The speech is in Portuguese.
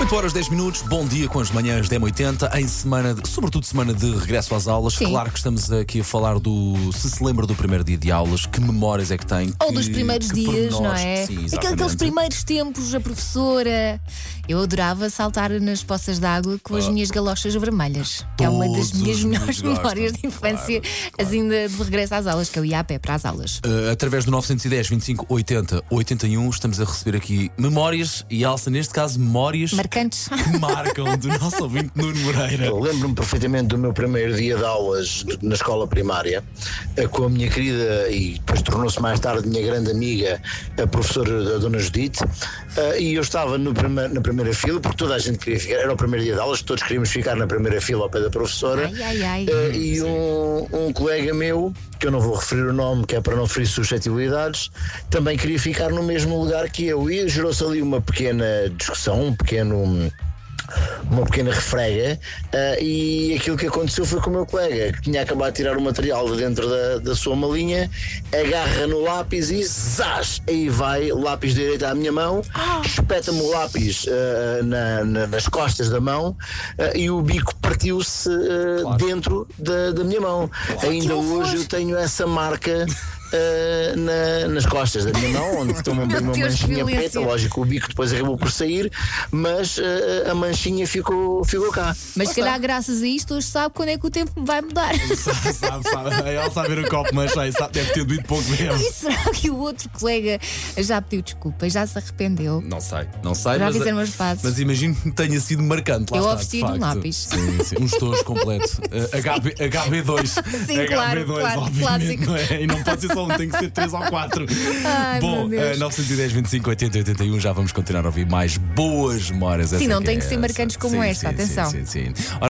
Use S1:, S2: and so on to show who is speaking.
S1: 8 horas 10 minutos, bom dia com as manhãs 1080, em semana, de- sobretudo semana de regresso às aulas.
S2: Sim.
S1: Claro que estamos aqui a falar do. Se se lembra do primeiro dia de aulas, que memórias é que tem?
S2: Ou
S1: que-
S2: dos primeiros
S1: que
S2: dias, não
S1: pormenores-
S2: é?
S1: Sim,
S2: Aquele- Aqueles
S1: exatamente.
S2: primeiros tempos, a professora. Eu adorava saltar nas poças d'água com as minhas galochas vermelhas. que é uma
S1: Ah.
S2: das
S1: Todos
S2: minhas
S1: os
S2: melhores
S1: miúdos gostam,
S2: memórias de infância, assim de, de regresso às aulas, que eu ia a pé para as aulas.
S1: Uh, através do 910 25 80 81 estamos a receber aqui memórias e Alça, neste caso, memórias
S2: Marcantes.
S1: que marcam do nosso ouvinte Nuno Moreira.
S3: Eu Lembro-me perfeitamente do meu primeiro dia de aulas de- na escola primária, eh, com a minha querida e depois tornou-se mais tarde minha grande amiga, a professora da Dona Judite, eh, e eu estava no prime- na primeira fila, porque toda a gente queria ficar, era o primeiro dia de aulas, todos queríamos ficar na primeira fila ao pé da professora.
S2: Ai, ai, ai.
S1: É,
S3: Eh, e um, um colega meu, que eu não vou referir o nome, que é para não ferir suscetibilidades, também queria ficar no mesmo lugar que eu. E gerou-se ali uma pequena discussão, um pequeno. Uma pequena refrega, eh, e aquilo que aconteceu foi com o meu colega, que tinha acabado de tirar o material de dentro da, da sua malinha, agarra no lápis e zás! Aí vai, lápis direito à minha mão, espeta-me o lápis eh, na- na- nas costas da mão eh, e o bico partiu-se eh, dentro da, da minha mão. Ainda hoje eu tenho essa marca. eh, na- nas costas da minha mão, onde estou uma,
S2: Meu
S3: uma
S2: Deus, que
S3: manchinha preta,
S2: violência.
S3: lógico, o bico depois acabou por sair, mas eh, a manchinha ficou, ficou cá.
S2: Mas se calhar, graças a isto, hoje sabe quando é que o tempo vai mudar.
S1: sabe, sabe, sabe. Ela sabe ver o copo, mas aí sabe, deve ter doído pouco mesmo.
S2: E será que o outro colega já pediu desculpa, já se arrependeu?
S1: Não sei, não sei.
S2: Já
S1: mas,
S2: fizeram as pazes.
S1: Mas imagino que tenha sido marcante. Lá
S2: Eu
S1: está,
S2: ofereci-lhe
S1: de facto.
S2: um lápis.
S1: Sim, sim. Um estojo completo. Uh, HB, HB2.
S2: Sim, claro, claro,
S1: obviamente,
S2: clássico.
S1: não é? E não pode ser só um, tem que ser três ou quatro.
S2: Ai,
S1: Bom,
S2: meu Deus.
S1: uh, 910, 25, 80, 81. Já vamos continuar a ouvir mais boas memórias.
S2: Sim,
S1: essa
S2: não
S1: que
S2: tem
S1: é
S2: que ser
S1: essa.
S2: marcantes como
S1: Sim,
S2: esta,
S1: sim,
S2: atenção.
S1: Sim, sim, sim.